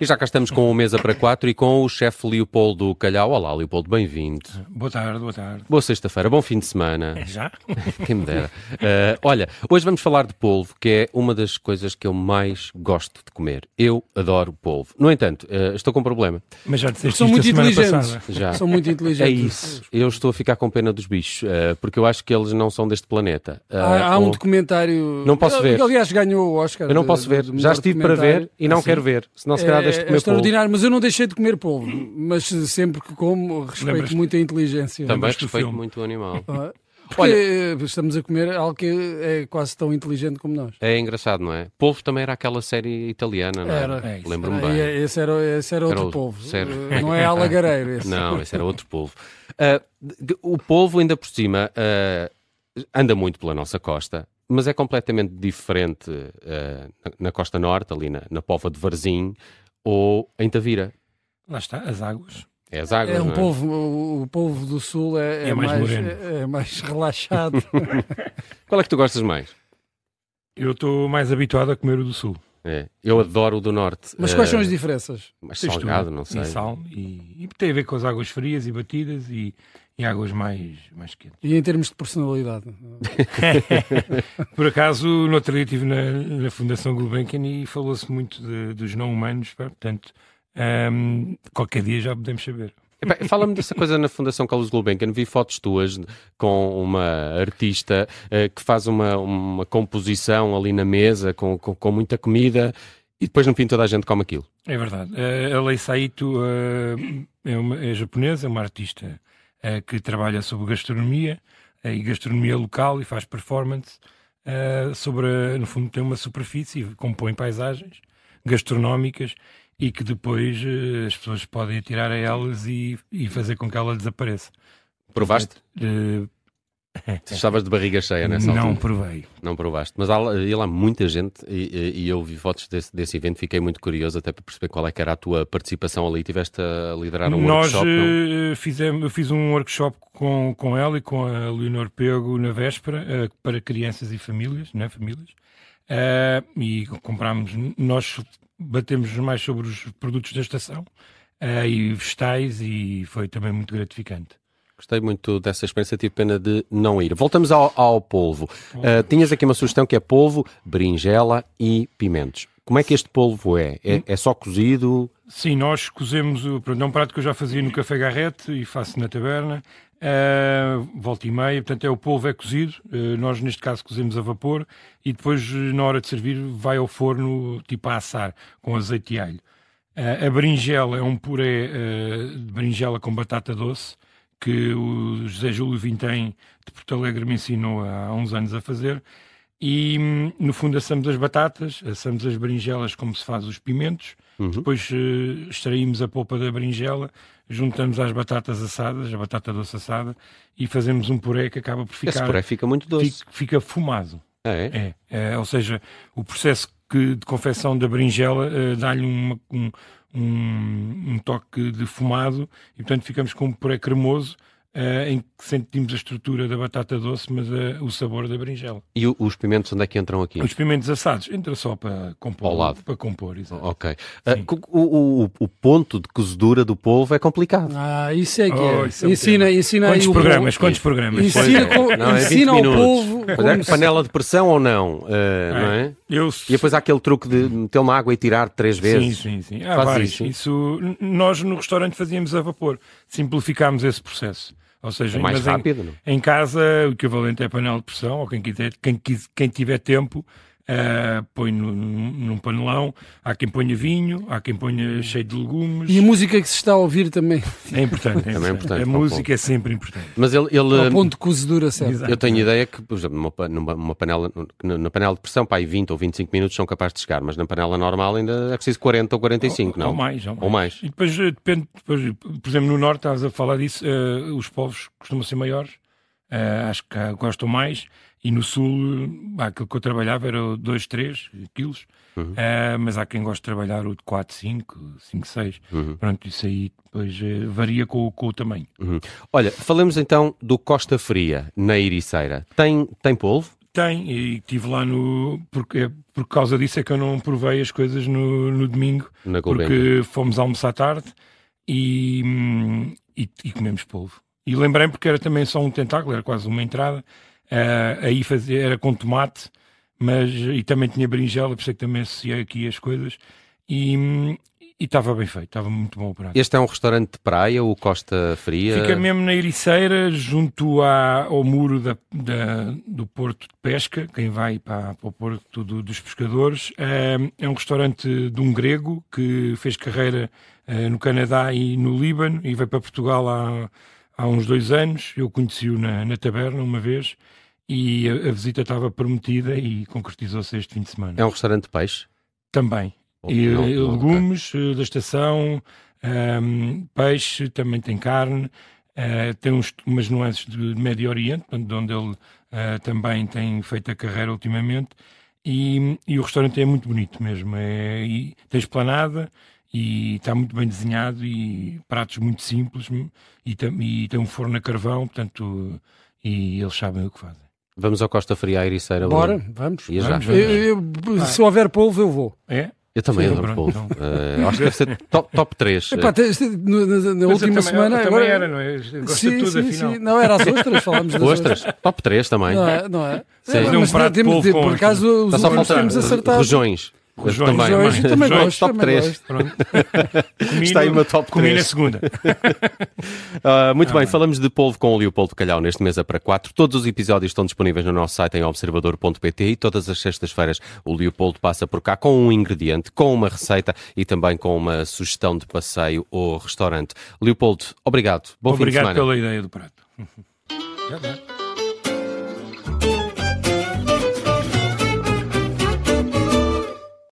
E já cá estamos com o Mesa para Quatro e com o chefe Leopoldo Calhau. Olá, Leopoldo, bem-vindo. Boa tarde, boa tarde. Boa sexta-feira, bom fim de semana. Já? Quem me dera. Eh, olha, hoje vamos falar de polvo, que é uma das coisas que eu mais gosto de comer. Eu adoro polvo. No entanto, eh, estou com um problema. Mas já disseste São isto a muito semana inteligentes. passada. Já. São muito É inteligentes. isso. Eu estou a ficar com pena dos bichos, eh, porque eu acho que eles não são deste planeta. Eh, Há, há ou- um documentário. Não posso Ele- ver. ele, Aliás, ganhou o Oscar. Eu não de- posso ver. do melhor Já estive para ver documentário. Ah, e não quero ver. Senão, se calhar, É- deixo de é comer polvo. extraordinário, mas eu não deixei de comer polvo. Mas sempre que como, respeito Lembras-te? muito a inteligência. Também Lembras-te do respeito filme? muito o animal. Ah, Porque eh, estamos a comer algo que é quase tão inteligente como nós. É engraçado, não é? Polvo também era aquela série italiana, não Era. é? É isso. Lembro-me Ah, e bem. é- Esse era, esse era outro o- polvo. sério. Eh, Não é alagareiro esse. Não, esse era outro polvo. Ah, de- o polvo, ainda por cima, ah, anda muito pela nossa costa, mas é completamente diferente ah, na, na costa norte, ali na, na Pova de Varzim, ou em Tavira. Lá está, as águas. É as águas, É um não é? polvo, o- o polvo do sul é, É mais moreno. é- é mais relaxado. Qual é que tu gostas mais? Eu estou mais habituado a comer o do sul. É, eu adoro o do norte. Mas quais são as ah, diferenças? mais Textura, salgado, não sei. E sal. E, e tem a ver com as águas frias e batidas e, e águas mais, mais quentes. E em termos de personalidade? Por acaso, no outro dia estive na, na Fundação Gulbenkian e falou-se muito de- dos não-humanos. pá, Portanto, ahm, qualquer dia já podemos saber. Epá, Fala-me dessa coisa na Fundação Carlos Gulbenkian. Vi fotos tuas com uma artista eh, que faz uma, uma composição ali na mesa com, com, com muita comida e depois no fim toda a gente come aquilo. É verdade. Eh, a Lei Saito eh, é, uma, é japonesa, é uma artista eh, que trabalha sobre gastronomia eh, e gastronomia local e faz performance eh, sobre, a- no fundo, tem uma superfície e compõe paisagens gastronómicas e que depois eh, as pessoas podem atirar a elas e, e fazer com que ela desapareça. Provaste? Eh, Tu Estavas de barriga cheia É nessa não altura. provei. Não provaste. Mas há, lá- e lá muita gente e, e- e eu vi fotos desse, desse evento. Fiquei muito curioso até para perceber qual é que era a tua participação ali. Tiveste a liderar um Nós workshop. não? eh, fizemos, eu fiz um workshop com, com ela e com a Leonor Pego na véspera eh, para crianças e famílias, né, famílias. Eh, e comprámos, nós batemos mais sobre os produtos da estação eh, e vegetais e foi também muito gratificante. Gostei muito dessa experiência. Tive pena de não ir. Voltamos ao, ao polvo. Ah, tinhas aqui uma sugestão que é polvo, berinjela e pimentos. Como é que este polvo é? É, é só cozido? Sim, nós cozemos, o- pronto, é um prato que eu já fazia no Café Garrete e faço na taberna, eh, volta e meia, portanto é o polvo é cozido, eh, nós neste caso cozemos a vapor e depois eh, na hora de servir vai ao forno tipo a assar, com azeite e alho. Eh, a berinjela é um puré eh, de berinjela com batata doce que o José Júlio Vintém de Porto Alegre me ensinou há uns anos a fazer e hum, no fundo assamos as batatas, assamos as berinjelas como se faz os pimentos, Uhum. depois eh, extraímos a polpa da berinjela, juntamos às batatas assadas, a batata doce assada e fazemos um puré que acaba por Esse ficar puré fica muito doce. fica, fica fumado. É. É, é, ou seja, o processo que- de confecção da berinjela eh, dá-lhe uma- um, um- um toque de fumado e, portanto, ficamos com um puré cremoso eh, em que sentimos a estrutura da batata doce, mas eh, o sabor da berinjela. E o- os pimentos onde é que entram aqui? Os pimentos assados, entra só para compor. Ao lado. Para compor, exato. Ok. Ah, cu- o, o- o ponto de cozedura do polvo é complicado. Ah, isso é que Oh, é. isso é um Ensina, ensina Quantos aí o programas, povo- quantos programas? Isso. Ensina Pois é. como- Não, é 20 ensina ao minutos. polvo Pois é, como se- panela de pressão ou não? Ah, não é? Eu E depois há aquele truque de meter uma água e tirar três Sim, vezes. sim, sim. Há Faz vários. isso. Isso. n- nós no restaurante fazíamos a vapor. Simplificámos esse processo. Ou seja, É mais mas em- rápido, não? Em casa, o equivalente é panela de pressão, ou quem, quiser, quem, quis- quem tiver tempo, ah, põe no- num, num panelão. Há quem ponha vinho, há quem ponha cheio de legumes. E a música que se está a ouvir também, É importante. É Também é importante. importante, a para o música é sempre importante. Mas ele, ao ele- ponto de cozedura certo. Exato. Eu tenho ideia que, por exemplo, numa, pa- numa- numa panela, na na panela de pressão, pá, aí 20 ou 25 minutos são capazes de chegar, mas na panela normal ainda é preciso 40 ou 45, não? Ou mais, ou mais. Ou mais. E depois eh, depende, depois, por exemplo, no Norte, estavas a falar disso, eh, os povos costumam ser maiores, eh, acho que há- gostam mais, e no Sul, eh, aquilo que eu trabalhava era 2, 3 quilos, Uhum. eh, mas há quem gosta de trabalhar o de 4, 5, 5, 6. Pronto, isso aí depois eh, varia com, o- com o tamanho. Uhum. Olha, falemos então do Costa Fria, na Ericeira. Tem, tem polvo? Tem, e tive lá no. Porque, é por causa disso é que eu não provei as coisas no, no domingo, Na Gulbenkian. porque fomos almoçar tarde e, hum, e, e comemos polvo. E lembrei-me porque era também só um tentáculo, era quase uma entrada. Ah, aí fazia, era com tomate, mas e também tinha berinjela, por isso é que também associei aqui as coisas. E hum, e estava bem feito, estava muito bom o prato. Este é um restaurante de praia, o Costa Fria. Fica mesmo na Ericeira, junto à- ao muro da- da- do Porto de Pesca, quem vai para, para o Porto do- dos Pescadores. É, é um restaurante de um grego que fez carreira eh, no Canadá e no Líbano e veio para Portugal há, há uns dois anos. Eu conheci-o na, na taberna uma vez e a, a visita estava prometida e concretizou-se este fim de semana. É um restaurante de peixe. Também. Ou E não? eh, Não, ok. legumes eh, da estação, ahm, peixe, também tem carne, eh, tem uns, umas nuances de Médio Oriente, portanto, de onde ele eh, também tem feito a carreira ultimamente. E, e o restaurante é muito bonito mesmo. É, e tem esplanada e está muito bem desenhado e pratos muito simples hum, e, tam- e tem um forno a carvão, portanto, e eles sabem o que fazem. Vamos ao Costa Fria à Ericeira. Bora, Bruno. vamos. E já. Vamos, Eu- eu- Ah. se houver polvo, eu vou. É? Eu também Sim, adoro pronto, então. polvo. Eh, acho que deve ser top, top Eh, 3. Epá, te- te- no- no- na, Mas eu última também- semana. eu agora... também era, não é? Gosta de sim, tudo, sim, afinal. sim. Não, era as ostras, falámos das ostras, top 3 também. Não é? Não é? Sim. É, Fazer um mas prato de temos polvo de- com por ostras. acaso os Está Tá só últimos faltando temos acertado. regiões. Regiões, também. regiões, Regiões, também gosto, top também 3. gosto. Pronto. Comi Está aí no- uma top Comi na três. segunda. Ah, muito bem, falamos de polvo com óleo e polvo de calhau neste Mesa para quatro. Todos os episódios estão disponíveis no nosso site em observador.pt e todas as sextas-feiras o Leopoldo passa por cá com um ingrediente, com uma receita e também com uma sugestão de passeio ou restaurante. Leopoldo, obrigado. Bom fim de Obrigado semana. pela ideia do prato. Já dá.